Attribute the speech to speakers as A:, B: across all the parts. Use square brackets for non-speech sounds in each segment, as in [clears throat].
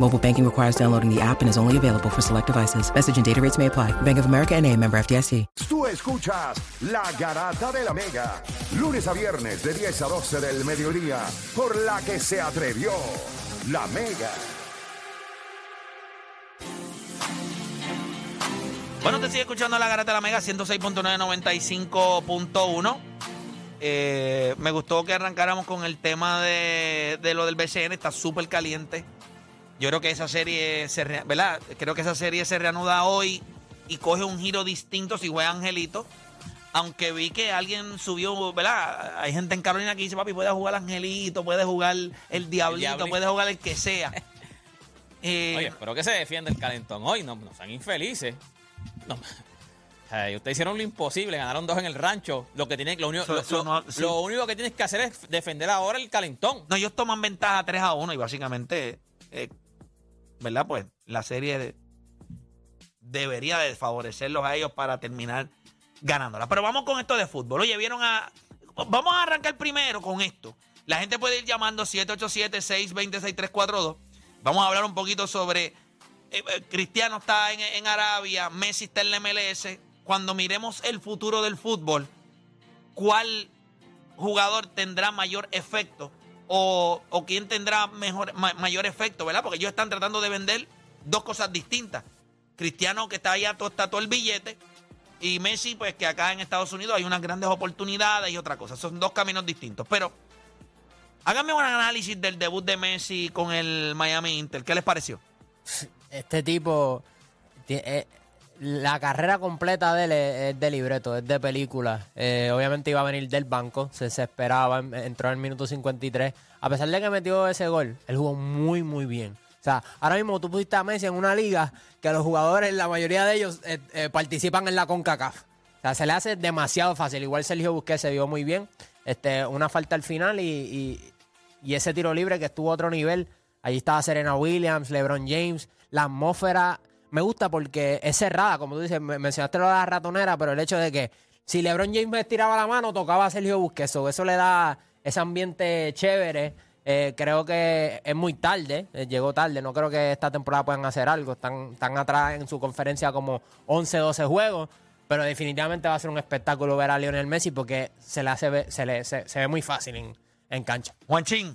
A: Mobile banking requires downloading the app and is only available for select devices. Message and data rates may apply. Bank of America and a member FDIC.
B: Tú escuchas La Garata de la Mega, lunes a viernes de 10 a 12 del mediodía, por la que se atrevió La Mega.
C: Bueno, te sigue escuchando la garata de la Mega 106.995.1. Eh, me gustó que arrancáramos con el tema de, de lo del BCN, está súper caliente. Yo creo que esa serie se re- ¿verdad? Creo que esa serie se reanuda hoy y coge un giro distinto si juega Angelito. Aunque vi que alguien subió, ¿verdad? Hay gente en Carolina que dice, papi, puede jugar Angelito, puede jugar el Diablito,
D: Diablito.
C: puede jugar el que
D: [laughs]
C: sea. Eh,
D: Oye, espero que se defienda el calentón hoy. No, no sean infelices. No. Ay, ustedes hicieron lo imposible, ganaron dos en el rancho. Lo que tienen, lo único,
C: Eso-
D: lo,
C: eso
D: lo-
C: no- sí.
D: lo único que tienes que hacer es defender ahora el calentón.
C: No, ellos toman ventaja 3 a 1 y básicamente, eh, ¿verdad? Pues la serie de- debería de favorecerlos a ellos para terminar ganándola. Pero vamos con esto de fútbol. Oye, vieron a... Vamos a arrancar primero con esto. La gente puede ir llamando 787-626-342. Vamos a hablar un poquito sobre... eh, eh, Cristiano está en, en Arabia, Messi está en la MLS. Cuando miremos el futuro del fútbol, ¿cuál jugador tendrá mayor efecto o, o quién tendrá mejor, ma- mayor efecto, ¿verdad? Porque ellos están tratando de vender dos cosas distintas. Cristiano que está allá todo, está todo el billete y Messi pues que acá en Estados Unidos hay unas grandes oportunidades y otra cosa. Son dos caminos distintos. Pero háganme un análisis del debut de Messi con el Miami Inter. ¿Qué les pareció?
E: este tipo, ti- eh, la carrera completa de él es, es de libreto, es de película. Eh, obviamente iba a venir del banco, se, se esperaba, em- entró en el minuto 53. A pesar de que metió ese gol, él jugó muy, muy bien. O sea, ahora mismo tú pusiste a Messi en una liga que los jugadores, la mayoría de ellos, eh, eh, participan en la CONCACAF. O sea, se le hace demasiado fácil. Igual Sergio Busquets se vio muy bien. Este, una falta al final y, y- y ese tiro libre que estuvo a otro nivel. Allí estaba Serena Williams, LeBron James. La atmósfera me gusta porque es cerrada, como tú dices. me- Mencionaste lo de la ratonera, pero el hecho de que si LeBron James me tiraba la mano, tocaba a Sergio Busquets. So, Eso le da ese ambiente chévere. Eh, creo que es muy tarde, eh, llegó tarde. No creo que esta temporada puedan hacer algo. Están, están atrás en su conferencia como 11, 12 juegos. Pero definitivamente va a ser un espectáculo ver a Lionel Messi porque se le, hace, ve- se le- se- se ve muy fácil en, en cancha.
C: Juanchín,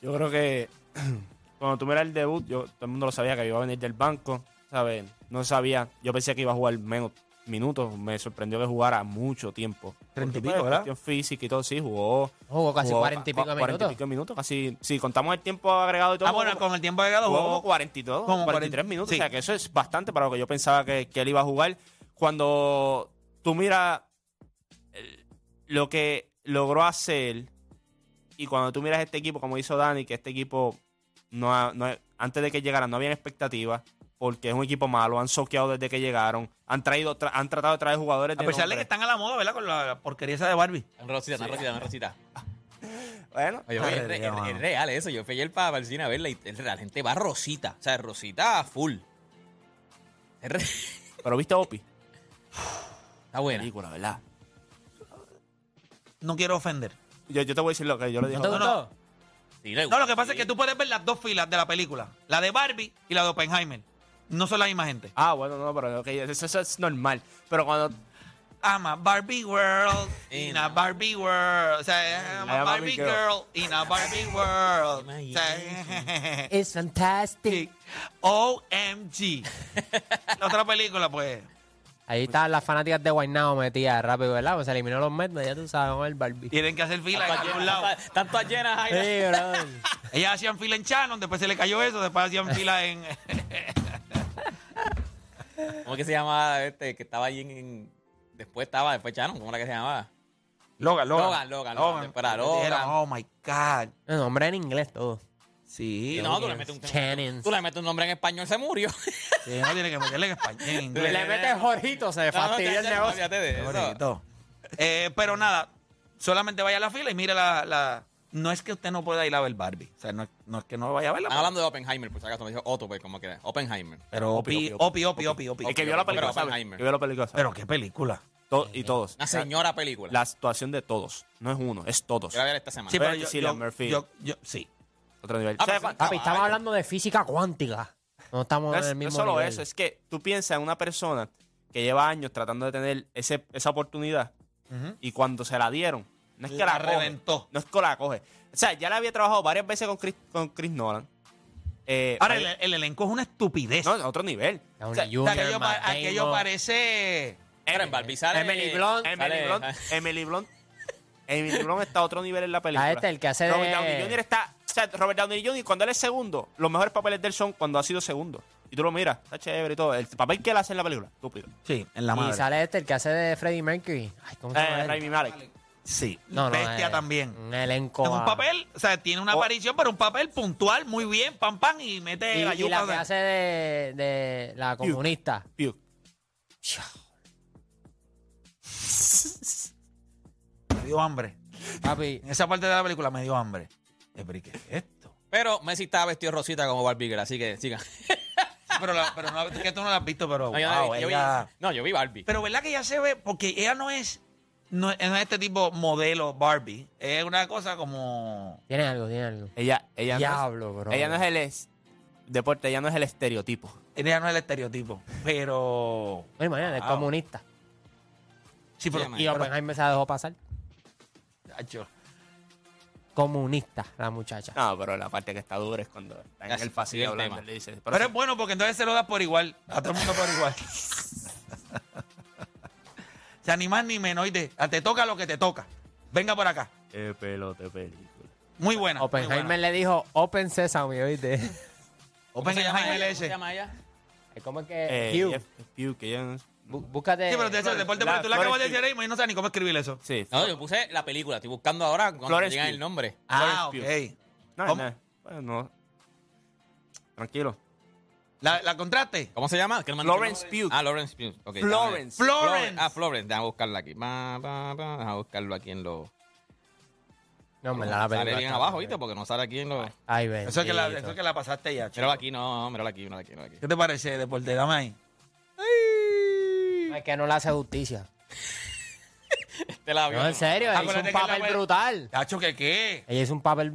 F: Yo creo que [clears throat] cuando tú miras el debut, yo, todo el mundo lo sabía que iba a venir del banco, ¿sabes? No sabía, yo pensé que iba a jugar menos minutos, me sorprendió que jugara mucho tiempo.
C: Treinta y
F: Porque,
C: pico,
F: pues,
C: ¿verdad?
F: cuestión física y todo, sí, jugó.
E: Jugó casi cuarenta y
F: cua-
E: pico de
F: cuarenta
E: minutos.
F: y pico de minutos, casi, si contamos el tiempo agregado y todo.
C: ah, bueno,
F: jugó-
C: con el tiempo de llegado
F: jugó como
C: jugó
F: 42,
C: como
F: 43
C: cuarenta-
F: minutos,
C: sí.
F: o sea que eso es bastante para lo que yo pensaba que, que él iba a jugar. Cuando tú miras eh, lo que logró hacer y cuando tú miras este equipo, como hizo Dani, que este equipo no, ha- no ha- antes de que llegaran no habían expectativas porque es un equipo malo, han soqueado desde que llegaron, han traído tra- han tratado de traer jugadores
C: A
F: de
C: pesar de que
F: nombre.
C: están a la moda, ¿verdad? Con la porquería esa de Barbie.
D: Tan Rosita, tan Rosita, tan Rosita.
F: Bueno,
D: Oye,
C: Está
D: oye, es,
C: re
D: re-
C: bien,
D: es-
C: mano.
D: es real eso. Yo fui ayer para el cine a verla y es real. La gente va Rosita. O sea, Rosita a full. Es re- [laughs]
F: pero viste a Opi.
D: Está buena.
F: Película, ¿verdad?
C: No quiero ofender.
F: Yo, yo te voy a decir lo que yo le dije.
E: ¿No
F: a
E: te
F: Opi.
E: gustó?
D: Sí, le
C: No, lo
D: gusta,
C: que pasa
D: sí.
C: es que tú puedes ver las dos filas de la película, la de Barbie y la de Oppenheimer. No son la misma gente.
F: Ah, bueno, no, pero ok, eso, eso es normal. Pero cuando
C: I'm a Barbie world in
D: In
C: a
D: a-
C: Barbie world. O sea, I'm
F: I
C: a
F: am a
C: Barbie
F: big girl.
C: girl in a Barbie world. O sea,
E: It's fantastic.
C: OMG. La otra película, pues,
E: Ahí están las fanáticas de Guaynabo metidas rápido, ¿verdad? Pues se eliminó los Mets, ya tú sabes, con el Barbie.
C: Tienen que hacer fila en
D: Están
C: algún
D: llenas,
C: lado.
D: Están todas llenas ahí.
E: Sí, brother.
C: Ellas hacían fila en Shannon, después se le cayó eso, después hacían fila [laughs] en.
D: ¿Cómo que se llamaba este que estaba allí en, en- Después estaba, después Chano, ¿cómo era que se llamaba?
C: Logan,
D: Logan, Logan, Logan, espera, Logan.
C: Dijeron, Oh my God.
E: El nombre en inglés todo.
C: Sí.
D: Y no, tú le metes un
E: Channings.
D: tú le metes un nombre en español, se murió.
C: Sí, no tiene que meterle en español. [laughs] en
D: Tú le
C: inglés.
E: Le metes Jorjito, se fastidia el negocio.
D: fíjate de
C: Qué
D: eso.
C: bonito. Eh, pero nada, solamente vaya a la fila y mire la, la- No es que usted no pueda ir a ver Barbie. O sea, no, no es que no vaya a verla.
D: Están
E: Ah,
D: hablando de Oppenheimer, por si acaso me dijo Otto, pues como que Oppenheimer.
C: pero opi, opi, opi, opi, opi.
F: El que vio la
D: Pero
F: película, sabe.
D: Oppenheimer.
F: El que vio la película, sabe.
C: Pero qué película.
F: To- y todos.
D: Una señora película.
F: La actuación de todos. No es uno, es todos.
D: Yo la voy a ver esta semana.
C: Sí,
F: Pero
C: pero yo,
F: Cillian
C: yo-
F: Murphy.
C: yo- yo- sí.
F: Otro nivel.
D: Ah,
F: O sea,
D: pero-
F: pa-
E: Papi, estamos hablando de física cuántica. No estamos
F: no es,
E: en el
F: no
E: Ah, mismo
F: es solo
E: nivel.
F: eso, es que tú piensas en una persona que lleva años tratando de tener ese, esa oportunidad y cuando se la dieron, no es que la,
C: La
F: coge,
C: reventó.
F: No es que la coge. O sea, ya la había trabajado varias veces con Chris, con Chris Nolan. Eh,
C: Ahora, el,
F: varias-
C: el elenco es una estupidez.
F: no, otro nivel.
E: Downey
F: O sea,
E: Jr.
C: aquello, pa-
E: Matt
C: aquello
E: Damon.
C: parece.
D: Pero en Barbie sale-
E: Emily Blunt.
D: sale-
F: Emily Blunt, Emily Blunt, Emily Blunt está a otro nivel en la película.
E: Ah, este, el que hace de-
F: Robert Downey Jr. está, o sea, Robert Downey Jr. cuando él es segundo, los mejores papeles de él son cuando ha sido segundo. Y tú lo miras, está chévere y todo. El papel que él hace en la película, estúpido.
C: Sí, en la
E: Y
C: madre.
E: sale este, el que hace de Freddie Mercury. Ay, ¿cómo se llama
F: Eh,
E: él?
F: Rami Malek.
C: Sí,
E: No, no,
C: bestia
E: eh,
C: también.
E: Un elenco.
C: Es un
E: ah.
C: papel, o sea, tiene una
F: Oh.
C: aparición, pero un papel puntual, muy bien, pam, pam, y mete
E: Y,
C: la
E: y
C: yuca.
E: la
C: o
E: que
C: sea,
E: hace de, de la comunista.
F: Pew.
C: Me dio hambre.
E: Papi,
C: En esa parte de la película me dio hambre. Eh, pero ¿y qué es esto?
D: Pero Messi estaba vestido de rosita como Barbie Girl, así que sigan.
C: Pero, la- pero no, que tú no la has visto, pero
D: No, yo,
C: wow,
D: no, vi- yo vi,
C: ella-
D: no, yo vi Barbie.
C: Pero verdad que ella se ve, porque ella no es, no, es- no es este tipo modelo Barbie. Es una cosa como...
E: tiene algo, tiene algo.
F: Ella, ella,
E: Diablo,
F: no es,
E: bro.
F: ella no es el es- deporte, ella no es el estereotipo.
C: Ella no es el estereotipo, pero...
E: Oye, imagínate, es
C: Wow.
E: comunista.
C: Sí, pero...
D: Llama.
E: Y Oppenheimer se la dejó pasar.
C: Tacho.
E: Comunista, la muchacha.
F: No, pero la parte que está dura es cuando está en
D: Casi,
F: el pasillo
D: el
F: hablando.
D: tema.
F: Le dice, pero
C: Pero
F: sí,
C: es bueno porque entonces se lo das por igual. A todo el mundo por igual. o sea, ni más ni menos. oíste. Ah, Te toca lo que te toca. Venga por acá.
F: qué pelote de película.
C: Muy buena. muy
E: Oppenheimer
C: buena.
E: le dijo Open Sesame,
C: [laughs]
E: ¿oíste?
D: ¿Cómo se llama
C: Oppenheimer
D: ella? ¿Cómo
C: ese.
D: se llama ella?
E: ¿Cómo es que?
F: Eh,
E: Hugh,
F: Jeff Pew, que ella no es-
E: bú- búscate.
C: Sí, pero te decía el deporte,
F: La-
C: pero tú le acabas de
F: Florence
C: decir ahí, y no sabes ni cómo escribir eso.
F: Sí,
D: No, yo puse la película, estoy buscando ahora cuando
F: Florence
D: me digan
F: Pugh.
D: el nombre.
C: Ah, ok.
F: Florence no,
C: ¿Cómo?
F: no, bueno, no. Tranquilo.
C: ¿La, ¿La contraste?
D: ¿Cómo se llama? ¿Qué nombre?
F: Lawrence Pugh.
D: Ah, Lawrence Pugh. ok,
F: Florence.
D: déjame-
C: Florence.
D: Ah, Florence. Déjame buscarla aquí. Ba, ba, ba, Déjame buscarlo aquí en los...
E: No, me la
D: Sale
E: película
D: bien
E: está-
D: abajo, ¿viste? Porque no sale aquí en los...
E: Ay, ven.
C: Eso es, que la, eso es que la pasaste ya, chico.
D: Míralo aquí, no, míralo aquí, míralo aquí, míralo aquí.
C: ¿Qué te parece, deporte? Dame ahí.
E: Es que no le hace justicia.
D: Este la vio,
E: No, en serio, ella hizo
C: Acuérdate
E: un
C: que
E: papel
C: la-
E: brutal.
C: ¿Tacho que qué?
E: Ella hizo un papel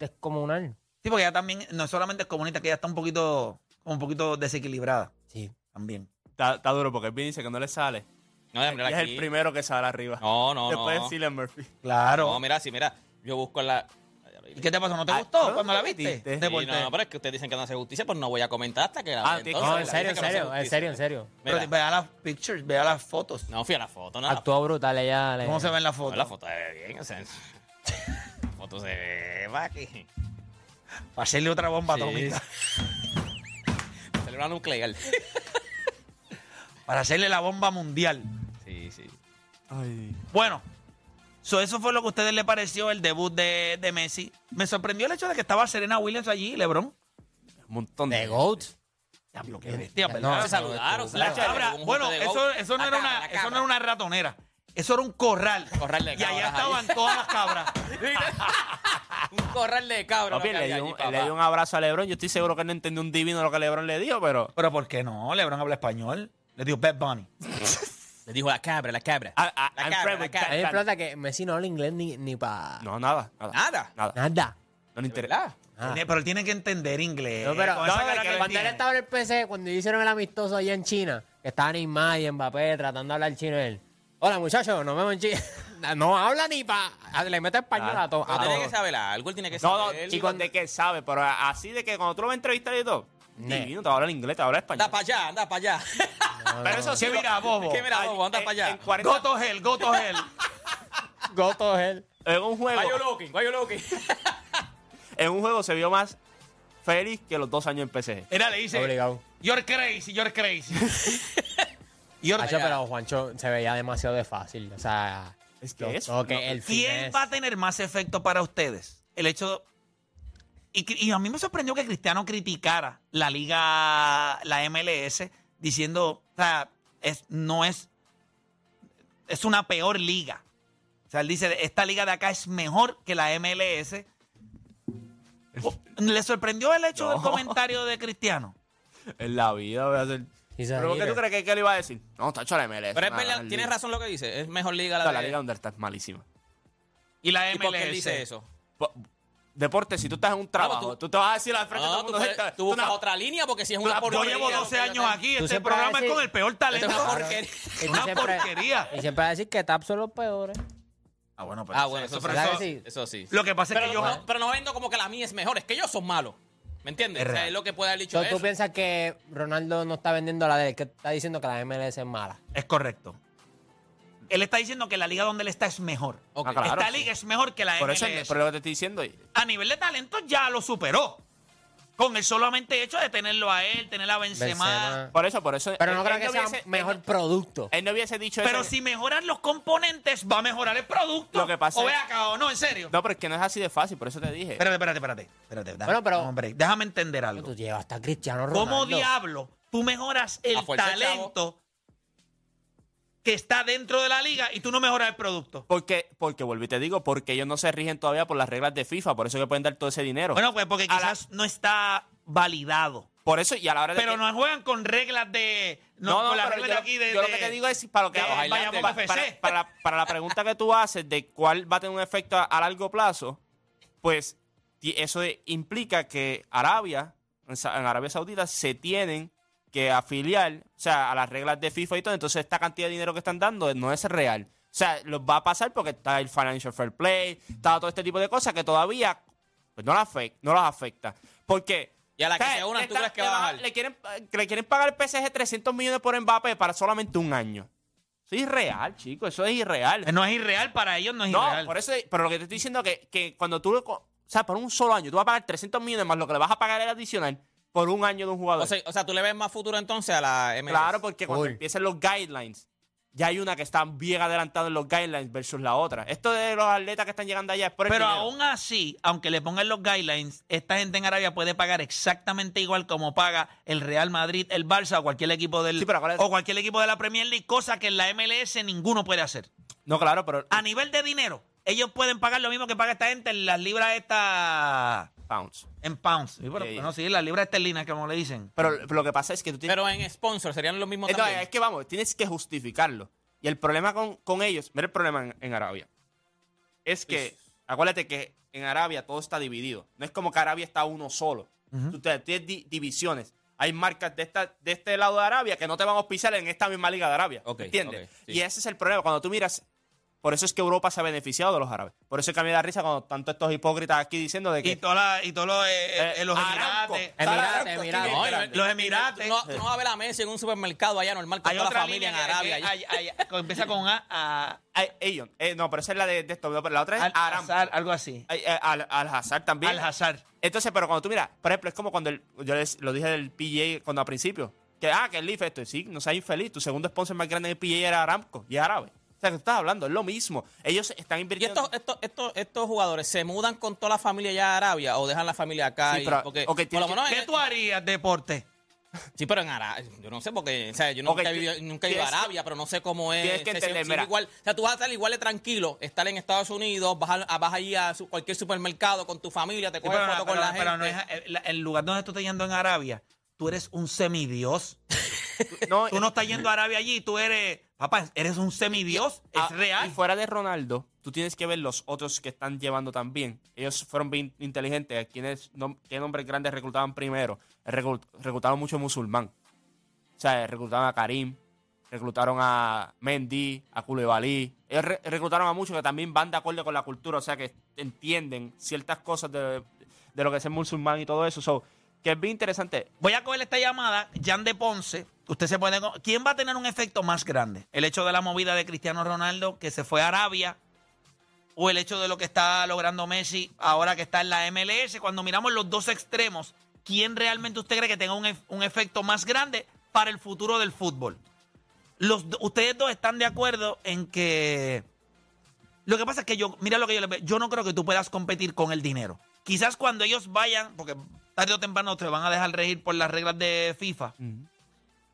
E: descomunal.
C: Sí, porque ella también, no solamente es comunista, que ella está un poquito, un poquito desequilibrada
E: Sí.
C: también.
F: Está, está duro porque él dice que no le sale.
D: No, mira,
F: Y
D: mírala
F: es
D: aquí.
F: el primero que sale arriba.
D: No, no, no.
F: Después es Cillian Murphy.
C: Claro.
D: No, mira, sí, mira. Yo busco la...
C: ¿Y qué te pasó? ¿No te
F: Ah,
C: gustó
F: ¿no
C: cuando
F: te
C: la viste?
F: metiste? Sí,
D: Sí,
C: Deporte.
D: no, pero es que ustedes dicen que no hace justicia, pues no voy a comentar hasta que la vea.
F: Ah, tiene que
D: Entonces,
E: No, en
D: la
E: serio, en
D: gente que no
E: serio,
D: hace
E: en serio, en serio.
D: justicia.
C: Pero
D: Mira,
C: vea las pictures, vea las fotos.
D: no fui a la foto, no. la
E: Actuó brutal ella. le-
C: Ah. ¿Cómo se ven las
D: foto.
C: fotos?
D: La foto se ve bien, o sea... [laughs] La foto se ve... va aquí.
C: Para hacerle otra bomba
D: Sí. [laughs]
C: atómica.
D: Celebra nuclear.
C: Para hacerle la bomba mundial.
D: Sí, sí.
F: Ay.
C: Bueno, so eso fue lo que a ustedes les pareció el debut de, de Messi. Me sorprendió el hecho de que estaba Serena Williams allí, Lebron.
F: Un montón
E: De GOAT.
C: Diablo, qué bestia, ¿verdad?
E: No,
D: se saludaron,
C: La
D: Claro,
C: cabra-
D: hubo un
C: bueno,
D: junte de
C: eso,
D: goat.
C: eso, no
D: La
C: era
D: cabra,
C: una,
D: la
C: eso no
D: cabra.
C: era una ratonera. Eso era un corral.
D: Corral de
C: y allá
D: cabras
C: estaban todas las
E: [laughs]
C: cabras.
D: un corral de cabra.
F: Papi,
D: lo que
F: le
D: había
F: dio,
D: allí,
F: un-
D: papá.
F: le dio un abrazo a Lebron. Yo estoy seguro que él no entendió un divino lo que Lebron le dio, pero
C: Pero ¿por qué no? Lebron habla español. Le dijo Bad Bunny.
D: Le dijo la cabra, la cabra.
F: Ah, ah,
D: la
F: I'm
D: cabra,
F: friend
D: la
F: with
D: cabra.
E: A mí me plata que Messi no habla inglés ni, ni para.
F: no, nada, nada.
D: Nada.
F: Nada.
E: Nada.
F: No le interesa.
D: ¿Verdad?
E: Ah.
C: Tiene- Pero él tiene que entender inglés.
E: No, pero
C: Con esa
E: no,
C: cara
E: que
C: que
E: cuando él
C: tiene.
E: estaba en el PC, cuando hicieron el amistoso allá en China, que estaban Neymar y Mbappé tratando de hablar chino, él. Hola muchachos, nos vemos en China. [laughs] No habla ni pa. ah, Le mete español a, to- a
D: Pero tiene que
E: todos.
D: saber algo, él tiene que
F: No,
D: saber.
F: no, chicos, de que sabe, pero así de que cuando tú lo vas a entrevistar y todo, divino, te va a hablar inglés, te va a hablar español.
D: Anda para allá, anda para allá.
F: Pero eso sí.
C: ¿Qué
F: lo-
C: mira, bobo?
D: ¿Qué mira,
F: Ay,
D: bobo? Anda
F: en-
D: para allá.
F: en 40
C: Goto Hell, Goto Hell. Ah.
E: Goto Hell.
F: En un juego.
D: Why you looking? Why you looking?
F: En un juego se vio más feliz que los dos años en PSG.
C: Mira, le dice,
E: Obligado.
C: you're crazy, you're
E: [laughs]
C: crazy. You're-
E: Hacho, pero Juancho se veía demasiado de fácil. O sea,
F: Es que
E: los
F: eso,
E: toques,
F: no-
E: el
C: ¿Quién
E: finesse. [laughs]
C: va a tener más efecto para ustedes? El hecho. Y, cri- y a mí me sorprendió que Cristiano criticara la liga, la MLS, diciendo, o sea, es, no es. Es una peor liga. O sea, él dice, esta liga de acá es mejor que la MLS. O- Oh, ¿Le sorprendió el hecho del
F: No.
C: comentario de Cristiano?
F: En la vida voy a hacer.
E: He's a
F: ¿Pero qué tú
E: hater.
F: crees que, que le iba a decir? No, tacho, la MLS.
D: Pero es
F: nada,
D: verdad,
F: la
D: tienes
F: liga.
D: razón lo que dice. Es mejor liga
F: Tacho,
D: la
F: La
D: de-
F: liga donde está es malísima.
C: Y la MLS.
D: ¿Y por qué él dice eso?
F: Po- Deporte, si tú estás en un trabajo,
D: tú-
F: tú, te vas a decir al frente de
D: No, Ah,
F: todo el
D: tú,
F: mundo.
D: puedes-
F: "Gente,
D: tú
F: tú
D: buscas
F: no-
D: otra línea porque si es una
C: Yo
D: porquería.
C: llevo 12 años aquí.
E: Tú
C: Este
E: siempre
C: programa es
E: decís-
C: con el peor
D: Esto
C: talento.
D: es una porquería.
E: Y tú
C: Una
E: siempre-
C: porquería.
E: Y siempre va a decir que Tap son los peores.
C: Ah, bueno, pero
D: Ah, bueno,
C: eso-
D: eso,
C: pero
D: sí,
E: ¿verdad
D: eso-
E: que sí?
D: eso sí.
C: Lo que pasa es
D: pero,
C: que yo.
D: no, pero no vendo como que la mía es mejor, es que ellos son malos. ¿Me entiendes?
C: Es
D: O sea,
C: real.
D: es lo que puede haber dicho
E: Entonces,
D: eso.
E: tú piensas que Ronaldo no está vendiendo la de él, que está diciendo que la MLS es mala.
C: Es correcto. Él está diciendo que la liga donde él está es mejor.
D: Ok.
F: Ah, claro,
C: Esta
F: sí.
C: liga es mejor que la
F: Por
C: MLS.
F: eso es por lo que te estoy diciendo. y-
C: A nivel de talento ya lo superó. Con el solamente hecho de tenerlo a él, tener a Benzema.
E: Benzema.
F: Por eso, por eso.
E: Pero no
F: él-
E: creo
F: él
E: que sea
F: hubiese-
E: mejor
F: Él,
E: producto.
F: él no hubiese dicho
C: Pero
F: eso.
C: si mejoran los componentes, va a mejorar el producto.
F: Lo que pasa
C: o
F: es-
C: ve acá, o no, en serio.
F: No, pero es que no es así de fácil, por eso te dije.
C: Espérate, espérate, espérate. espérate dame-
E: Bueno, pero-
C: hombre, déjame entender algo.
E: Tú llevas hasta Cristiano Ronaldo.
C: ¿Cómo diablo tú mejoras el
D: A fuerza,
C: talento que está dentro de la liga y tú no mejoras el producto?
F: Porque, porque vuelvo y te digo, porque ellos no se rigen todavía por las reglas de FIFA, por eso que pueden dar todo ese dinero.
C: Bueno, pues porque
F: A la-
C: quizás no está validado.
F: por eso, y a la hora de.
C: Pero
F: que-
C: no juegan con reglas de. No,
F: No, no,
C: con las
F: pero
C: reglas
F: yo,
C: de aquí de.
F: yo lo
C: de- Eh,
F: que te digo es para lo que
C: de
F: para-
C: Bayamón
F: para,
C: FC.
F: para- para la, para la pregunta que tú haces de cuál va a tener un efecto a, a largo plazo, pues ti- eso de- implica que Arabia, en, Sa- en Arabia Saudita, se tienen que afiliar, o sea, a las reglas de FIFA y todo. Entonces, esta cantidad de dinero que están dando no es real. O sea, los va a pasar porque está el Financial Fair Play, está todo este tipo de cosas que todavía pues, no, las afecta, no las afecta. Porque...
D: Y a la que se unan,
F: le
D: ¿tú crees que va
F: le
D: a
F: van
D: bajar?
F: le quieren, le quieren pagar al PSG 300 millones por Mbappé para solamente un año. Eso es irreal, chico. Eso es irreal.
C: No es irreal para ellos, no es
F: No,
C: irreal.
F: por eso, pero lo que te estoy diciendo es que, que cuando tú, lo co- o sea, por un solo año, tú vas a pagar 300 millones más lo que le vas a pagar el adicional por un año de un jugador.
D: O sea, o sea, tú le ves más futuro entonces a la MLS.
F: claro, porque cuando
E: Uy.
F: empiecen los guidelines, ya hay una que está bien adelantada en los guidelines versus la otra. Esto de los atletas que están llegando allá es por el
C: Pero
F: dinero.
C: aún así, aunque le pongan los guidelines, esta gente en Arabia puede pagar exactamente igual como paga el Real Madrid, el Barça o cualquier equipo del
F: Sí, pero ¿cuál es?
C: o cualquier equipo de la Premier League, cosa que en la MLS ninguno puede hacer.
F: No, claro, pero...
D: Ah.
C: A nivel de dinero, ellos pueden pagar lo mismo que paga esta gente en las libras estas
F: Pounds.
C: en pounds. Sí, pero,
F: Sí.
C: bueno, sí, las libras esterlinas, como le dicen.
F: Pero lo que pasa es que tú tienes...
D: Pero en sponsor serían los mismos
F: Entonces,
D: también.
F: es que vamos, tienes que justificarlo. Y el problema con, con ellos, mira el problema en, en Arabia. Es que, acuérdate que en Arabia todo está dividido. No es como que Arabia está uno solo. Tú te- tienes di- divisiones. Hay marcas de, esta, de este lado de Arabia que no te van a auspiciar en esta misma liga de Arabia.
D: Ok,
F: ¿Entiendes?
D: ok, sí.
F: Y ese es el problema. Cuando tú miras, por eso es que Europa se ha beneficiado de los árabes. Por eso es que a mí me da risa cuando tanto estos hipócritas aquí diciendo de que.
C: Y, toda la- y todos los, eh,
F: eh,
C: eh, los
F: Aramco,
C: Emirates.
F: sale
E: Emirates,
F: Aramco aquí
E: Emirates.
D: No,
F: bien
D: y no-
F: grande.
C: Los Emirates.
D: Tú no, tú no vas a ver a Messi en un supermercado allá normal con
C: hay
D: toda
C: otra
D: la familia en
C: línea que-
D: Arabia.
C: que
D: allá.
C: hay- hay- que empieza con A. a
F: Ay, Ellos. Eh, no, pero esa es la de, de esto. no, pero La otra es
C: al,
F: Aramco.
C: Azar, algo así.
F: Ay, eh, Al, al Hazard también.
C: Al Hazard.
F: Entonces, pero cuando tú miras, por ejemplo, es como cuando el- yo les, lo dije del PGA cuando al principio, que ah, que el Leaf esto, y sí, no seas infeliz, tu segundo sponsor más grande en el PGA era Aramco y es árabe. O sea, que tú estás hablando, es lo mismo. Ellos están
D: Y
F: invirtiendo.
D: estos, estos, estos, estos jugadores se mudan con toda la familia ya a Arabia o dejan la familia acá.
F: Sí,
D: y-
F: pero-
D: porque,
F: ok,
D: por
F: tiene
D: lo
F: que-
D: menos
C: ¿Qué
D: en-
C: tú harías, deporte?
D: Sí, pero en Arabia, yo no sé porque, o sea, yo nunca
F: Ok,
D: he vivido,
F: ti-
D: nunca he ido a
F: tienes que-
D: Arabia, pero no sé cómo es.
F: tienes que
D: O sea, si-
F: entender,
D: si
F: mira.
D: igual, o sea, tú vas a estar igual de tranquilo, estar en Estados Unidos, vas, a- vas allí a su- cualquier supermercado con tu familia, te
C: Sí,
D: coges
C: pero
D: foto
C: no,
D: con
C: pero-
D: la gente.
C: pero no es- el- el lugar donde tú estás yendo en Arabia, tú eres un semidios.
F: no,
C: Tú no estás yendo a Arabia allí, tú eres, papá, eres un semidios, es
F: ah,
C: real.
F: Y fuera de Ronaldo, tú tienes que ver los otros que están llevando también. Ellos fueron bien inteligentes. ¿Quiénes, nom- ¿Qué nombres grandes reclutaban primero? Reclut- reclutaron mucho musulmán. O sea, reclutaron a Karim, reclutaron a Mendy, a Koulibaly. Ellos re- reclutaron a muchos que también van de acuerdo con la cultura, o sea, que entienden ciertas cosas de, de lo que es ser musulmán y todo eso. So, que es bien interesante.
C: Voy a coger esta llamada, Jan de Ponce. Usted se puede. co- ¿Quién va a tener un efecto más grande? ¿El hecho de la movida de Cristiano Ronaldo que se fue a Arabia? ¿O el hecho de lo que está logrando Messi ahora que está en la MLS? Cuando miramos los dos extremos, ¿quién realmente usted cree que tenga un, ef- un efecto más grande para el futuro del fútbol? Los, do- ustedes dos están de acuerdo en que. Lo que pasa es que yo, mira lo que yo le veo, yo no creo que tú puedas competir con el dinero. Quizás cuando ellos vayan, porque tarde o temprano te van a dejar regir por las reglas de FIFA,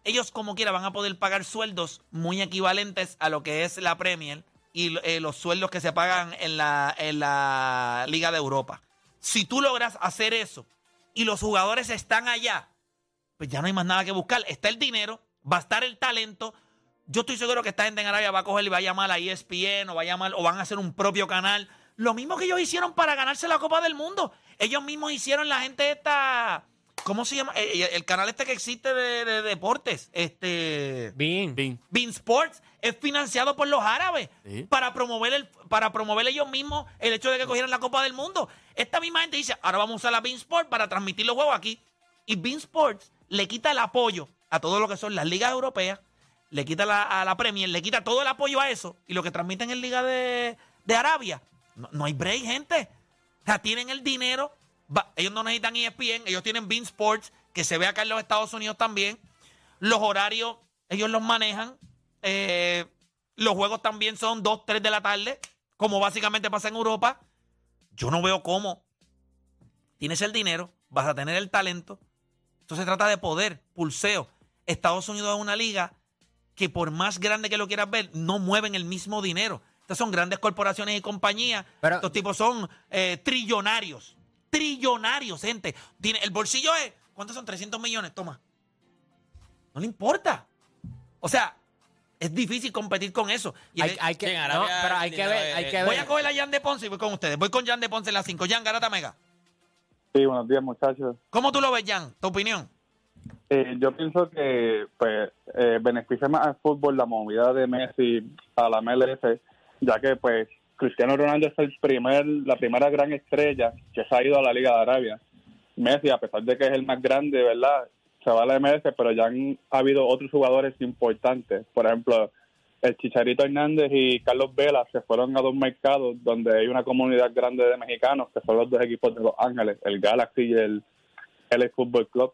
C: ellos como quiera van a poder pagar sueldos muy equivalentes a lo que es la Premier y eh, los sueldos que se pagan en la, en la Liga de Europa. Si tú logras hacer eso y los jugadores están allá, pues ya no hay más nada que buscar. Está el dinero, va a estar el talento. Yo estoy seguro que esta gente en Arabia va a coger y va a llamar a E ESPN o va a llamar o van a hacer un propio canal. Lo mismo que ellos hicieron para ganarse la Copa del Mundo. Ellos mismos hicieron la gente esta. ¿Cómo se llama? Eh, eh, El, canal este que existe de, de deportes. Este.
E: Bien.
F: Bien.
C: Bean Sports es financiado por los árabes
F: Sí.
C: para promover el, para promover ellos mismos el hecho de que cogieran la Copa del Mundo. Esta misma gente dice, ahora vamos a usar la Bean Sports para transmitir los juegos aquí. Y Bean Sports le quita el apoyo a todo lo que son las ligas europeas, le quita la, a la Premier, le quita todo el apoyo a eso. Y lo que transmiten en Liga de, de Arabia, no, no hay break, gente. O sea, tienen el dinero, va- ellos no necesitan E ESPN, ellos tienen Bean Sports, que se ve acá en los Estados Unidos también. Los horarios, ellos los manejan. Eh, los juegos también son 2, 3 de la tarde, como básicamente pasa en Europa. Yo no veo cómo. Tienes el dinero, vas a tener el talento. Esto se trata de poder, pulseo. Estados Unidos es una liga que por más grande que lo quieras ver, no mueven el mismo dinero. Estas son grandes corporaciones y compañías.
E: Pero-
C: Estos tipos son eh, trillonarios. Trillonarios, gente. Tiene- el bolsillo es... ¿Cuántos son? 300 millones. Toma. No le importa. O sea, es difícil competir con eso. Y
E: Hay,
C: el-
E: hay que,
D: Bien,
E: no,
D: Arabia,
E: pero hay que ver, hay que ver.
C: voy a coger a Jan de Ponce y voy con ustedes. Voy con Jan de Ponce en las 5. Jan Garata Mega.
G: Sí, buenos días muchachos.
C: ¿Cómo tú lo ves, Jan? ¿Tu opinión?
G: Eh, yo pienso que pues eh, beneficia más al fútbol la movida de Messi a la MLS, ya que pues Cristiano Ronaldo es el primer, la primera gran estrella que se ha ido a la Liga de Arabia. Messi, a pesar de que es el más grande, ¿verdad? Se va a la MLS, pero ya han habido otros jugadores importantes. Por ejemplo, el Chicharito Hernández y Carlos Vela se fueron a dos mercados donde hay una comunidad grande de mexicanos, que son los dos equipos de Los Ángeles, el Galaxy y el LA Football Club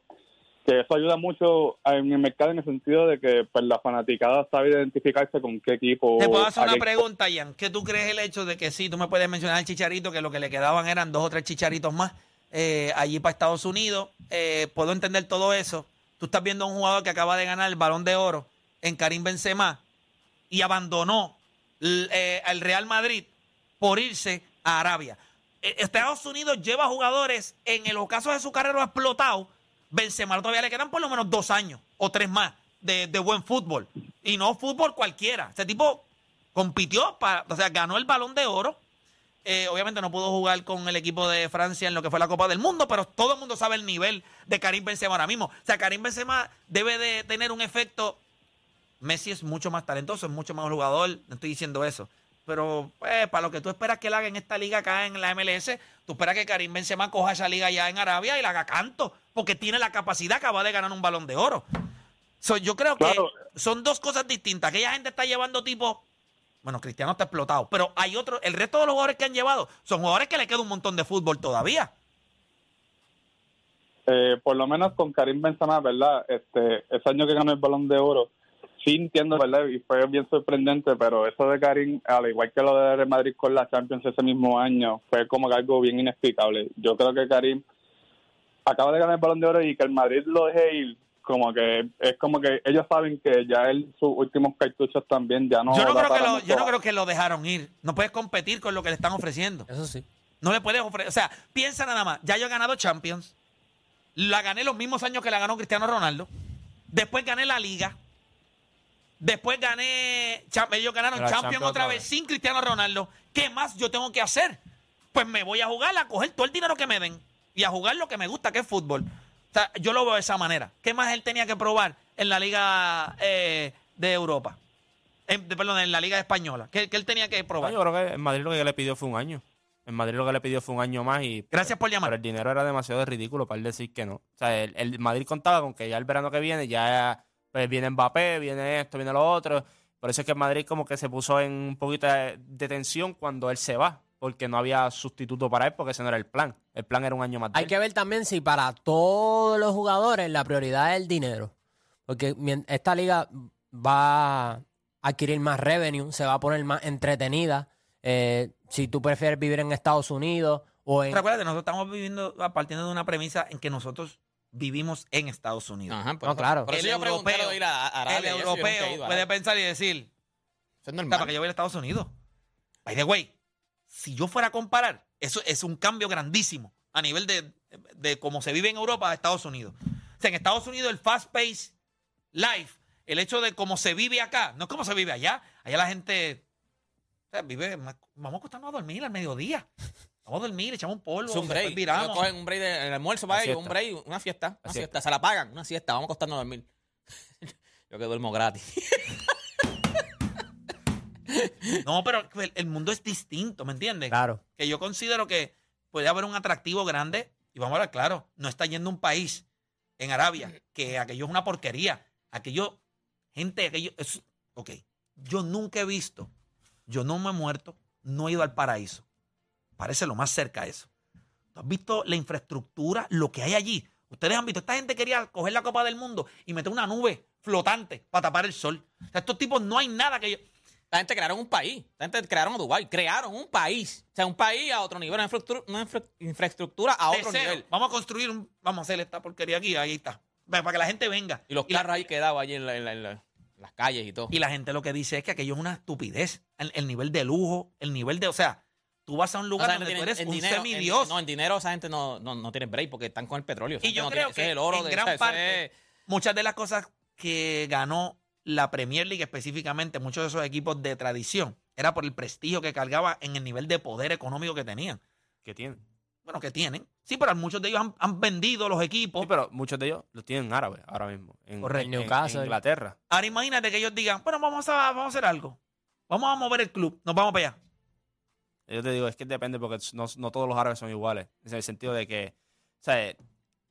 G: que eso ayuda mucho en el mercado en el sentido de que pues, la fanaticada sabe identificarse con qué equipo.
C: Te puedo
G: Oh,
C: hacer
G: a
C: una
G: qué equipo.
C: pregunta, Jan. ¿Qué tú crees el hecho de que sí, tú me puedes mencionar el chicharito, que lo que le quedaban eran dos o tres chicharitos más eh, allí para Estados Unidos? Eh, puedo entender todo eso. Tú estás viendo a un jugador que acaba de ganar el balón de oro en Karim Benzema y abandonó l- eh, al Real Madrid por irse a Arabia. Eh, Estados Unidos lleva jugadores en el ocaso de su carrera explotado. Benzema todavía le quedan por lo menos dos años o tres más de, de buen fútbol. Y no fútbol cualquiera. Ese tipo compitió, para, o sea, ganó el balón de oro. Eh, obviamente no pudo jugar con el equipo de Francia en lo que fue la Copa del Mundo, pero todo el mundo sabe el nivel de Karim Benzema ahora mismo. O sea, Karim Benzema debe de tener un efecto Messi es mucho más talentoso, es mucho más jugador, no estoy diciendo eso. Pero pues, para lo que tú esperas que él haga en esta liga acá en la MLS, tú esperas que Karim Benzema coja esa liga allá en Arabia y la haga canto, porque tiene la capacidad acaba de ganar un balón de oro. So, yo creo que
G: Claro.
C: son dos cosas distintas. Aquella gente está llevando tipo, bueno, Cristiano está explotado, pero hay otro, el resto de los jugadores que han llevado son jugadores que le queda un montón de fútbol todavía.
G: Eh, por lo menos con Karim Benzema, ¿verdad? Este, ese año que ganó el Balón de Oro, sí entiendo, ¿verdad? Y fue bien sorprendente, pero eso de Karim, al igual que lo de Real Madrid con la Champions ese mismo año, fue como que algo bien inexplicable. Yo creo que Karim acaba de ganar el Balón de Oro y que el Madrid lo deje ir, como que es como que ellos saben que ya él, sus últimos cartuchos también ya no...
C: yo, no
G: da
C: creo que
G: para
C: lo,
G: mucho
C: yo no
G: más.
C: creo que lo dejaron ir. No puedes competir con lo que le están ofreciendo.
E: Eso sí.
C: No le puedes ofrecer. O sea, piensa nada más. Ya yo he ganado Champions. La gané los mismos años que la ganó Cristiano Ronaldo. Después gané la Liga. Después gané. Cham- Ellos ganaron
F: La
C: Champions,
F: Champions
C: otra
F: otra
C: vez,
F: vez.
C: sin Cristiano Ronaldo. ¿Qué más yo tengo que hacer? Pues me voy a jugar, a coger todo el dinero que me den y a jugar lo que me gusta, que es fútbol. O sea, yo lo veo de esa manera. ¿Qué más él tenía que probar en la Liga eh, de Europa? En- de- perdón, en la Liga Española. ¿Qué, qué él tenía que probar?
F: Yo creo que en Madrid lo que le pidió fue un año. En Madrid lo que le pidió fue un año más y.
C: Gracias por
F: Pero
C: llamar.
F: el dinero era demasiado ridículo para él decir que no. O sea, el, el Madrid contaba con que ya el verano que viene ya pues, viene Mbappé, viene esto, viene lo otro. Por eso es que el Madrid como que se puso en un poquito de, de tensión cuando él se va, porque no había sustituto para él, porque ese no era el plan. El plan era un año más. de
E: Hay
F: él.
E: que ver también si para todos los jugadores la prioridad es el dinero. Porque mien- esta liga va a adquirir más revenue, se va a poner más entretenida. Eh, si tú prefieres vivir en Estados Unidos o en...
C: Pero acuérdate, nosotros estamos viviendo a partiendo de una premisa en que nosotros vivimos en Estados Unidos.
D: Ajá, pues por
E: No,
D: eso-
E: claro.
D: Por eso
C: El
D: yo pregunté lo de
C: europeo-
D: ir a a Arabia.
C: el
D: y eso, Ah, yo nunca he
C: europeo
D: ido a
C: puede
D: Arabia.
C: pensar y decir,
D: Eso es
C: "Mira, para que
D: normal.
C: yo voy a Estados Unidos. By the way, si yo fuera a comparar, eso es un cambio grandísimo a nivel de, de cómo se vive en Europa a Estados Unidos. O sea, en Estados Unidos el fast pace life, el hecho de cómo se vive acá, no es cómo se vive allá. Allá la gente o sea, vive, más- vamos a acostarnos a dormir al mediodía. Vamos a dormir, echamos un polvo,
D: Es un break.
C: después pues, viramos.
D: Ellos cogen un break del almuerzo para
F: Una
D: ellos,
F: siesta.
D: un break, una fiesta. Una
F: Una
D: siesta. Se la pagan, una siesta. Vamos a acostarnos a dormir. [laughs] yo que duermo gratis.
C: No, pero el, el mundo es distinto, ¿me entiendes?
E: Claro.
C: que yo considero que puede haber un atractivo grande. Y vamos a hablar claro, no está yendo un país en Arabia, que aquello es una porquería. Aquello, gente, aquello. es- ok, yo nunca he visto, yo no me he muerto, no he ido al paraíso. Parece lo más cerca a eso. ¿Tú has visto la infraestructura, lo que hay allí? Ustedes han visto, esta gente quería coger la Copa del Mundo y meter una nube flotante para tapar el sol. O sea, estos tipos no hay nada que yo.
D: La gente crearon un país. La gente crearon a Dubái. Crearon un país. O sea, un país a otro nivel. Una, infraestru- una infra- infraestructura a
C: de
D: otro
C: cero.
D: nivel.
C: Vamos a construir un. Vamos a hacer esta porquería aquí, ahí está. Para para que la gente venga.
D: Y los
C: la-
D: carros ahí quedados allí en, la- en la- en la- en las calles y todo.
C: y la gente lo que dice es que aquello es una estupidez. El, el nivel de lujo, el nivel de. O sea, tú vas a un
D: O sea,
C: lugar donde
D: tienen-
C: tú eres
D: en
C: un
D: dinero- en-
C: semidios.
D: no, en dinero esa gente no, no, no tiene break porque están con el petróleo. Esa
C: Y
D: gente
C: yo
D: no
C: creo
D: tiene- ese
C: que
D: es el oro
C: en
D: de-
C: gran
D: ese- ese
C: parte-
D: es-
C: Muchas de las cosas que ganó la Premier League específicamente, muchos de esos equipos de tradición, era por el prestigio que cargaba en el nivel de poder económico que tenían.
F: que tienen.
C: Bueno, que tienen. Sí, pero muchos de ellos han, han vendido los equipos.
F: Sí, pero muchos de ellos los tienen árabes ahora mismo. En,
C: Correcto.
F: en- en- en
E: Newcastle.
F: Inglaterra.
C: Ahora imagínate que ellos digan, bueno, vamos a, vamos a hacer algo. Vamos a mover el club, nos vamos para allá.
F: Yo te digo, es que depende porque no, no todos los árabes son iguales. En el sentido de que, o sea,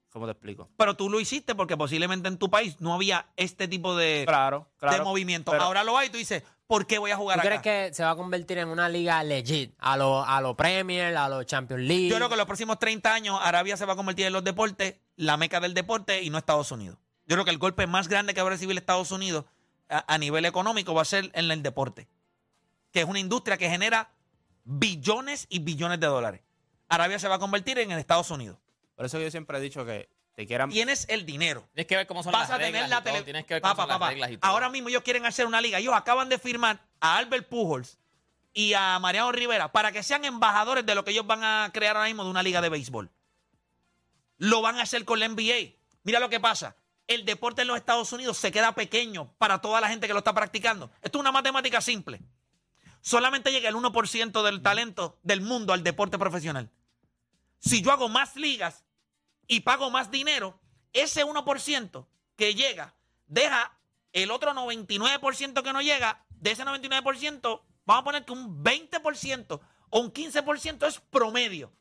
F: ¿cómo te explico?
C: Pero tú lo hiciste porque posiblemente en tu país no había este tipo de,
F: Claro, claro.
C: de movimiento.
F: pero-
C: Ahora lo hay y tú dices, ¿por qué voy a
E: ¿Tú
C: jugar
E: crees
C: acá?
E: que se va a convertir en una liga legit? A los a lo Premier, a los Champions League.
C: Yo creo que en los próximos 30 años Arabia se va a convertir en los deportes, la meca del deporte y no Estados Unidos. Yo creo que el golpe más grande que va a recibir Estados Unidos a, a nivel económico va a ser en el deporte, que es una industria que genera billones y billones de dólares. Arabia se va a convertir en el Estados Unidos.
F: Por eso yo siempre he dicho que te quieran.
C: Tienes el dinero.
D: Tienes que ver cómo son
C: vas a
D: las reglas.
C: tener
D: y
C: la
D: todo,
C: tele.
D: Tienes que ver cómo
C: Papá,
D: son las
C: papá,
D: reglas y todo.
C: Ahora mismo ellos quieren hacer una liga. Ellos acaban de firmar a Albert Pujols y a Mariano Rivera para que sean embajadores de lo que ellos van a crear ahora mismo de una liga de béisbol. Lo van a hacer con la NBA. Mira lo que pasa. El deporte en los Estados Unidos se queda pequeño para toda la gente que lo está practicando. Esto es una matemática simple. Solamente llega el 1% del talento del mundo al deporte profesional. Si yo hago más ligas, y pago más dinero, ese 1% que llega deja el otro 99% que no llega, de ese 99%, vamos a poner que un 20% o un 15% es promedio.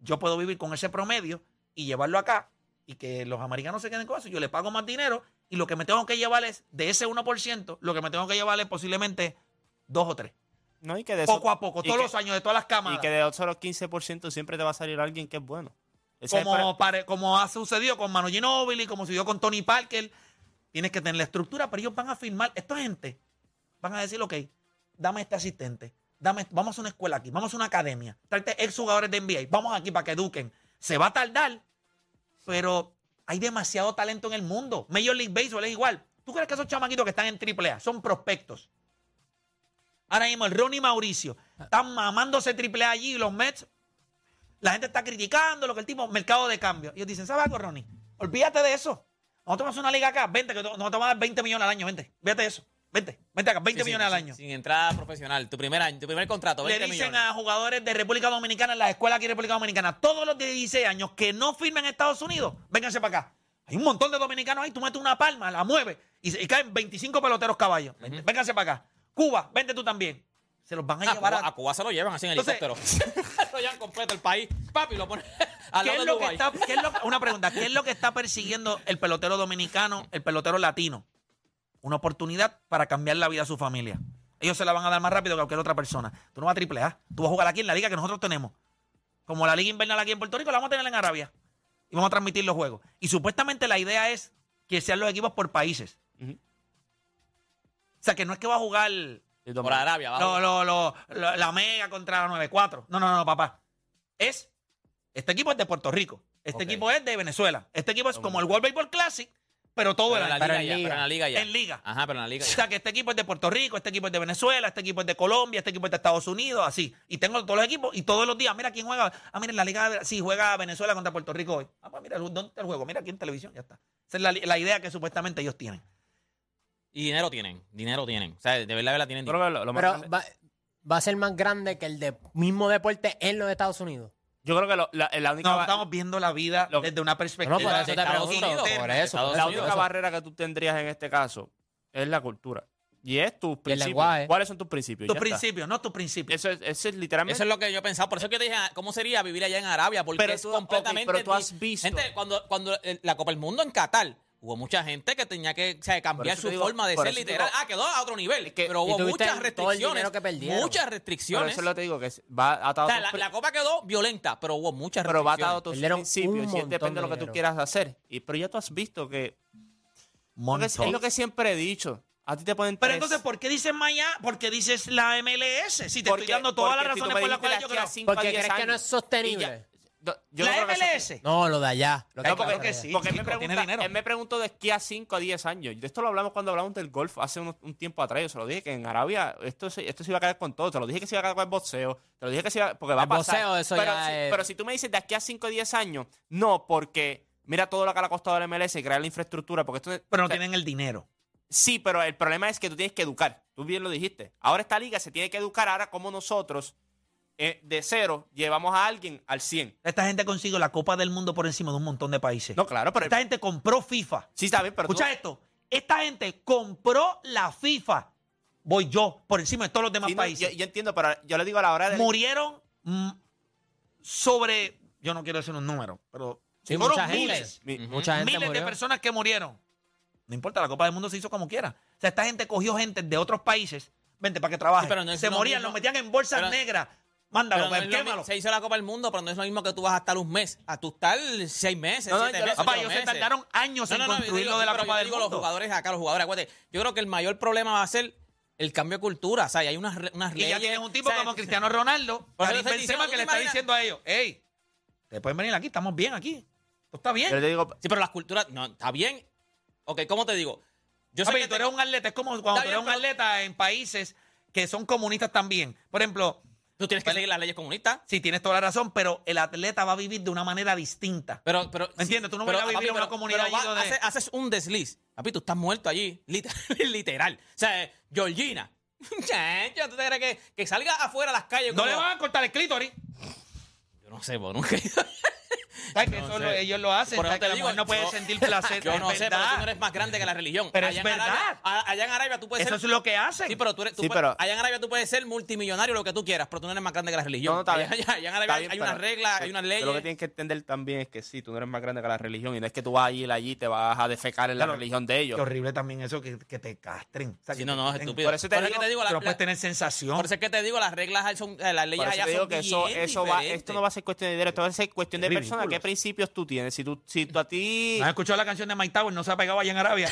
C: Yo puedo vivir con ese promedio y llevarlo acá y que los americanos se queden con eso. Yo le pago más dinero y lo que me tengo que llevar es, de ese 1%, lo que me tengo que llevar es posiblemente dos o tres.
F: No, y que de eso-
C: Poco a poco,
F: y
C: todos
F: que-
C: los años, de todas las cámaras.
F: Y que de otros 15% siempre te va a salir alguien que es bueno. Ese es
C: como,
F: para-
C: pare- como ha sucedido con Manu Ginóbili, como sucedió con Tony Parker. Tienes que tener la estructura, pero ellos van a firmar. Esta gente van a decir, ok, dame este asistente, dame, vamos a una escuela aquí, vamos a una academia, tráete ex jugadores de NBA, vamos aquí para que eduquen. Se va a tardar, pero hay demasiado talento en el mundo. Major League Baseball es igual. ¿Tú crees que esos chamaquitos que están en AAA son prospectos? Ahora mismo el Ronnie Mauricio están mamándose AAA allí y los Mets la gente está criticando lo que el tipo, mercado de cambio. Y ellos dicen, ¿sabes algo, Ronnie? Olvídate de eso. Nosotros vamos a hacer una liga acá, vente, que no no te vamos a dar 20 millones al año, vente, vete eso, vente, vente acá, 20
D: Sí, sí,
C: millones al
D: sin-
C: año.
D: Sin, entrada profesional. Tu primer año, tu primer contrato,
C: Le
D: 20
C: dicen
D: millones.
C: a jugadores de República Dominicana, en las escuelas aquí en República Dominicana, todos los de 16 años que no firmen en Estados Unidos, vénganse para acá. Hay un montón de dominicanos ahí, tú metes una palma, la mueves y, se- y caen 25 peloteros caballos. Vente, Vénganse para acá. Cuba, vente tú también. Se los van a
D: A
C: llevar
D: Ah, Cuba,
C: a...
D: a Cuba se lo llevan así en
C: Entonces-
D: helicóptero. [laughs] lo llevan completo el país. Papi, lo ponen [laughs] al
C: ¿Qué
D: lado
C: es
D: de
C: lo que
D: Dubái. [laughs]
C: está, qué es lo- una pregunta, ¿qué es lo que está persiguiendo el pelotero dominicano, el pelotero latino? Una oportunidad para cambiar la vida a su familia. Ellos se la van a dar más rápido que cualquier otra persona. Tú no vas a triple A, tú vas a jugar aquí en la liga que nosotros tenemos. Como la liga invernal aquí en Puerto Rico, la vamos a tener en Arabia. Y vamos a transmitir los juegos. Y supuestamente la idea es que sean los equipos por países.
F: Ujú.
C: O sea, que no es que va a jugar
D: Por Arabia, abajo.
C: lo- lo- lo- lo- la Mega contra la 9-4. No, no, no, papá. Es. Este equipo es de Puerto Rico. Este
D: Ok.
C: equipo es de Venezuela. Este equipo es como el World Baseball Classic, pero todo
D: Pero en
C: el
D: la
C: año.
D: liga
E: en
D: ya,
E: liga.
D: pero en la liga ya.
C: En liga.
D: Ajá, pero en la
C: O
D: liga ya.
C: sea, que este equipo es de Puerto Rico, este equipo es de Venezuela, este equipo es de Colombia, este equipo es de Estados Unidos, así. Y tengo todos los equipos y todos los días, mira quién juega. Ah, mira, en la liga, sí, juega Venezuela contra Puerto Rico hoy. Ah, pues mira, ¿dónde está el juego? Mira aquí en televisión, ya está. Esa es la, li- la idea que supuestamente ellos tienen.
D: Y dinero tienen, dinero tienen. O sea, de verdad, de verdad tienen
F: Yo creo
D: dinero.
F: que lo- lo más
E: Pero
F: grande-
E: va, va a ser más grande que el de- mismo deporte en los Estados Unidos.
F: yo creo que lo- la, la única,
C: No,
F: ba-
C: estamos viendo la vida
F: Lo-
C: desde una perspectiva.
E: No, por eso
C: de
E: te
C: Estados
E: pregunto,
C: Unidos.
E: por eso,
D: Estados
E: por
F: la
E: eso.
D: Unidos.
F: única barrera que tú tendrías en este caso es la cultura. Y es tus principios.
E: lenguaje.
F: ¿Cuáles son tus principios?
C: Tus
F: Ya está.
C: principios, no tus principios.
F: Eso es, eso es literalmente.
D: Eso es lo que yo pensaba. Por eso que yo te dije, ah, ¿cómo sería vivir allá en Arabia? Porque
F: Pero
D: es
F: tú-
D: completamente.
F: ok, pero tú
D: di-
F: has visto.
D: Gente, cuando, cuando eh, la Copa del Mundo en Qatar, hubo mucha gente que tenía que o sea,
F: Por
D: cambiar
F: eso
D: su
F: te digo-
D: forma de
F: por
D: ser
F: eso te
D: literal.
F: digo-
D: ah, quedó a otro nivel.
F: que-
D: pero
E: y
D: hubo
E: tuviste
D: muchas
E: todo el dinero
D: restricciones.
E: que perdieron.
D: muchas
F: pero
D: restricciones.
F: eso es lo que te digo, que es- va atado
D: O
F: a
D: sea,
F: tus
D: la,
F: pri-
D: la Copa quedó violenta, pero hubo muchas
F: pero va atado a
D: restricciones.
F: tus
E: Perdieron un
F: principios. Y es-
E: montón
F: depende de
E: de
F: lo que tú
E: dinero.
F: quieras hacer. Y, pero ya tú has visto que. porque es,
C: Montón.
F: es lo que siempre he dicho. A ti te ponen
C: Pero
F: tres-
C: entonces, ¿por qué dices Miami? ¿por qué dices la MLS? Si te
F: porque-
C: estoy dando todas las
F: porque si tú
C: razones
F: me
C: por las
F: dijiste
C: cuales
F: de
C: yo
F: aquí a
C: creo.
F: cinco a
E: Porque
F: diez
E: crees que no es
F: años. Y ya-
E: sostenible.
F: no, yo no
C: ¿La
F: creo que sea-
C: MLS?
E: No, lo de allá. lo que
F: No,
E: acabas
F: porque,
E: de
C: que
E: hacer.
C: sí,
F: porque él, me
C: chico, tiene
F: pregunta-
C: dinero.
F: él me preguntó de aquí a 5 a 10 años. De esto lo hablamos cuando hablamos del golf hace un, un tiempo atrás. Yo se lo dije que en Arabia esto se, esto se iba a caer con todo. Te lo dije que se iba a caer con el boxeo. Te lo dije que se iba Porque va a
E: El
F: pasar.
E: boxeo, eso
F: pero,
E: ya
F: si,
E: es-
F: pero si tú me dices de aquí a 5 a 10 años, no, porque mira todo lo que le ha costado al MLS y crear la infraestructura. Porque esto,
C: Pero no
F: o sea,
C: tienen el dinero.
F: Sí, pero el problema es que tú tienes que educar. Tú bien lo dijiste. Ahora esta liga se tiene que educar. Ahora, como nosotros, eh, de cero, llevamos a alguien al 100.
C: Esta gente consiguió la Copa del Mundo por encima de un montón de países.
F: No, claro, pero.
C: Esta gente compró FIFA.
F: Sí, está bien, pero. tú-
C: Escucha esto. Esta gente compró la FIFA. Voy yo por encima de todos los demás
F: Sí, no, yo,
C: países.
F: yo entiendo, pero yo le digo a la hora de.
C: Murieron mm, sobre, yo no quiero decir un número, pero
E: Sí,
C: fueron
E: mucha gente.
C: miles.
F: Mi-
D: Ujú.
E: Mucha gente
C: miles
E: murió.
C: de personas que murieron. No importa, la Copa del Mundo se hizo como quiera. O sea, esta gente cogió gente de otros países, vente para que trabaje.
D: Sí, pero no es
C: se
D: lo
C: morían,
D: mismo.
C: los metían en bolsas
D: Pero-
C: negras.
D: Pero
C: Mándalo, pues,
D: no es lo
C: quémalo.
D: mismo- se hizo la Copa del Mundo, pero no es lo mismo que tú vas a estar un mes. A tú estar seis meses,
F: No, no,
D: siete
F: yo lo-
D: meses,
C: Papá,
D: ocho
C: ellos se
D: meses.
C: tardaron años en construir
D: digo-
C: lo de la
D: pero
C: Copa
D: yo
C: del
D: digo
C: Mundo.
D: los jugadores acá, los jugadores, acuérdate. Yo creo que el mayor problema va a ser el cambio de cultura. O sea, y hay unas, re- unas
C: y
D: leyes.
C: ya tienes un tipo
D: o sea,
C: como Cristiano Ronaldo,
D: Por eso
C: Karim
D: te estoy
C: Benzema,
D: diciendo,
C: que
D: ¿tú
C: le
D: te
C: está
D: imaginas?
C: diciendo a ellos, hey, te pueden venir aquí, estamos bien aquí. Tú estás bien.
F: Yo le digo,
D: Sí, pero las culturas. No, está bien. Ok, ¿cómo te digo? Yo
C: Papi,
D: que
C: tú
D: te-
C: eres un atleta, es como cuando
D: Está
C: tú
D: bien,
C: eres un
D: pero-
C: atleta en países que son comunistas también. Por ejemplo,
D: tú tienes que seguir las leyes comunistas.
C: sí, tienes toda la razón, pero el atleta va a vivir de una manera distinta.
D: Pero, pero.
C: ¿Me entiendes? Tú no vas a vivir en una comunidad
D: pero va-
C: allí donde-
D: haces, haces un desliz. Papi, tú estás muerto allí. Literal. [laughs] literal. O sea, eh, Georgina. [laughs] Chacho, ¿tú te crees que, que salga afuera a las calles?
C: No
D: como-
C: le van a cortar el clítoris.
D: Yo no sé, pues nunca.
C: ¿Sabes que
D: No
C: eso
D: sé.
C: lo- ellos lo hacen?
D: Por eso
C: ¿sabes?
D: te
C: que la
D: digo,
C: mujer no puede
D: yo-
C: sentir
D: [laughs]
C: placer.
D: Yo
C: es
D: no sé, pero
C: verdad.
D: tú no eres más grande que la religión.
C: Pero es
D: en Arabia-
C: verdad.
D: a- allá en Arabia tú puedes
C: Eso
D: ser.
C: es lo que hacen.
D: Sí, pues, pero tú eres. tú
F: Sí,
D: puedes-
F: pero-
D: allá en Arabia tú puedes ser multimillonario, lo que tú quieras, pero tú no eres más grande que la religión.
F: No, no, está
D: allá,
F: bien.
D: [laughs] allá- allá en Arabia
F: está
D: hay,
F: bien,
D: unas
F: pero-
D: reglas, hay
F: pero
D: unas
F: Lo que
D: leyes.
F: tienes que entender también es que sí, tú no eres más grande que la religión. Y no es que tú vas a ir allí y te vas a defecar en la
C: Claro.
F: religión de
C: Qué
F: ellos.
C: horrible también eso que, que te castren. O sea,
D: Sí,
C: que
D: no,
C: te
D: no, es
C: castren.
D: estúpido.
F: Por eso te
D: Por eso
F: digo-
D: que te digo,
C: Tú
D: la-
C: no
D: la-
C: puedes tener sensación.
D: por eso es que te digo, las reglas son, eh, las leyes
F: Por eso
D: allá
F: te digo
D: son
F: que eso,
D: bien
F: eso va,
D: diferentes.
F: esto no va a ser cuestión de dinero, esto va a ser cuestión de
C: Ridículo.
F: persona. ¿Qué principios tú tienes? Si tú, si tú a
D: [laughs]
F: ti.
C: ¿No has escuchado la canción de Mike Tower? No se ha pegado allá en Arabia.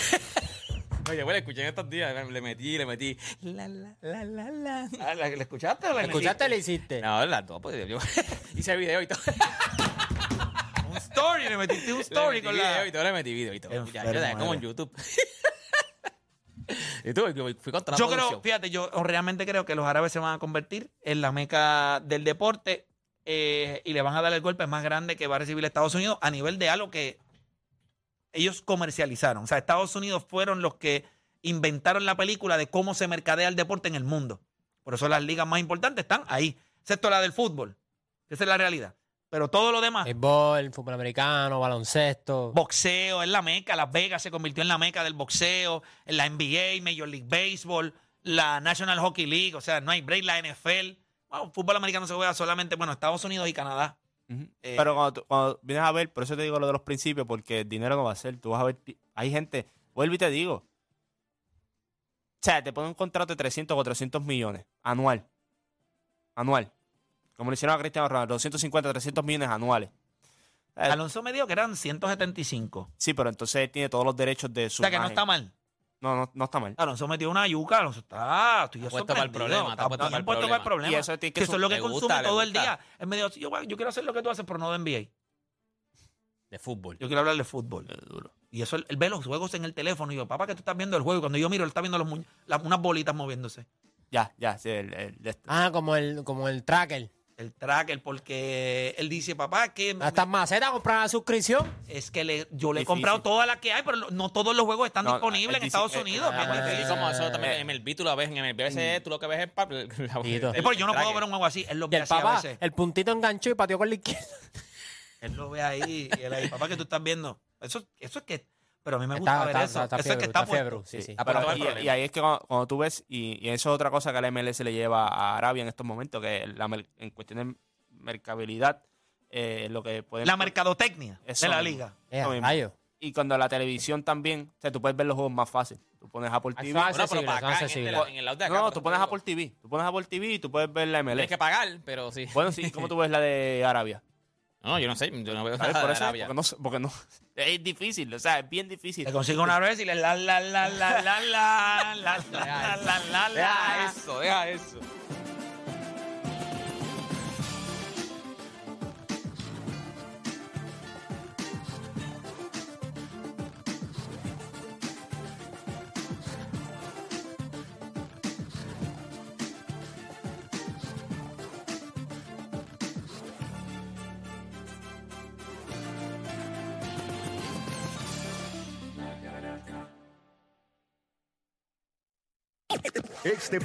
D: Oye, güey, la escuché en estos días, le- le metí, le metí. La, la, la, la, [laughs] la.
C: Ah, ¿La, la escuchaste o la
E: ¿Escuchaste o le hiciste?
D: No, las dos, pues yo [laughs] hice video y todo.
C: Un story, le metiste un
D: [laughs] Le
C: story
D: metí
C: con
D: video
C: la...
D: y todo, le metí video y todo. Ya, yo
C: Enfermo
D: la- como en
C: eres.
D: YouTube. [laughs] y tú, yo fui contra la
C: Yo creo,
D: producción.
C: fíjate, yo realmente creo que los árabes se van a convertir en la meca del deporte eh, y le van a dar el golpe más grande que va a recibir Estados Unidos a nivel de algo que ellos comercializaron. O sea, Estados Unidos fueron los que inventaron la película de cómo se mercadea el deporte en el mundo. Por eso las ligas más importantes están ahí, excepto la del fútbol. Esa es la realidad. Pero todo lo demás,
E: Béisbol, fútbol americano, baloncesto.
C: boxeo, es la meca. Las Vegas se convirtió en la meca del boxeo, en la NBA, Major League Baseball. la National Hockey League, o sea, no hay break, la NFL. Bueno, fútbol americano se juega solamente, bueno, Estados Unidos y Canadá.
F: Ujú.
C: Eh,
F: Pero cuando, tú- cuando vienes a ver, por eso te digo lo de los principios, porque el dinero no va a ser. Tú vas a ver, pi- hay gente, vuelvo y te digo. O sea, te ponen un contrato de 300 o 400 millones anual. Anual. Como le hicieron a Cristiano Ronaldo, 250, 300 millones anuales. Eh,
C: Alonso me dijo que eran 175. O
F: Sí, pero entonces él tiene todos los derechos de su.
C: sea, que no
F: imagen.
C: está mal.
F: No, no, no está mal.
C: Alonso metió una yuca, Alonso está, estoy yo
D: Está puesto para el
C: sorprendido.
D: problema, está puesto
C: bien
D: para el
C: puesto
D: problema.
F: Y eso tiene que
C: que eso
F: su-
C: es lo que
D: le
C: consume
D: gusta, le
C: todo el
D: gusta.
C: día. Él me dijo, yo, yo quiero hacer lo que tú haces, pero no de NBA.
D: de fútbol.
C: Yo quiero hablar de fútbol. Y eso, él, él ve los juegos en el teléfono y yo, papá, que tú estás viendo el juego. Y cuando yo miro, él está viendo los muñ- las- unas bolitas moviéndose.
F: Ya, ya. sí, el- el- el-
E: Ah, como el, como el tracker.
C: El tracker, porque él dice, papá, que me-
E: Hasta en Maceta comprar la suscripción.
C: es que le, yo le he
F: Difícil.
C: comprado todas las que hay, pero lo- no todos los juegos están
F: No,
C: disponibles
F: él
C: en
F: dice-
C: Estados
F: eh,
C: Unidos.
D: Ah,
C: mi amor.
D: sí, como eso también en el tú lo ves en el BCE, tú lo que ves es pa- [laughs] la-
E: Tito.
C: es porque yo no puedo ver
D: el tracker.
C: un juego así. Él lo
E: Y
C: ve
E: el
C: así a
E: papá,
C: veces.
E: el puntito enganchó y pateó con la izquierda.
C: Él lo ve ahí y él ahí, papá, que tú estás viendo. Eso, eso es que. Pero a mí me gusta
E: Está,
C: ver
E: está,
C: eso.
E: está, está
C: eso es
E: fiebre,
C: que está,
E: está
C: puesto.
E: fiebre, sí, sí.
D: Ah,
F: Pero
D: pero no hay
F: y-
D: problema.
F: y, ahí es que cuando, cuando tú ves, y, y eso es otra cosa que la MLS le lleva a Arabia en estos momentos, que la mer- en cuestión de mercabilidad, eh, lo que pueden...
C: La mercadotecnia
F: Eso
C: de la
F: mismo.
C: liga.
E: Eh,
F: Lo mismo.
E: rayo.
F: Y cuando la televisión también, o sea, tú puedes ver los juegos más fácil. Tú pones Apple
E: Ah,
F: TV.
E: eso hace-
D: Bueno, pero
E: accesible,
D: para
E: son
D: acá, en este
E: accesibles.
D: lado- en el lado de acá.
F: no,
D: por
F: tú
D: ejemplo,
F: pones Apple TV. Tú pones Apple TV y tú puedes ver la MLS.
D: Tienes que pagar, pero sí.
F: Bueno, sí, ¿cómo tú ves la de
D: [laughs]
F: Arabia?
D: No, yo no sé, yo no veo
F: ¿Sabes?
D: nada
F: Por
D: de
F: eso es,
D: Arabia.
F: porque no, sé- porque no- Es difícil, o sea, es bien difícil.
C: Le consigue una vez y le la la la la la la la la la la la
D: Deja
C: la.
D: eso, deja eso.
B: Este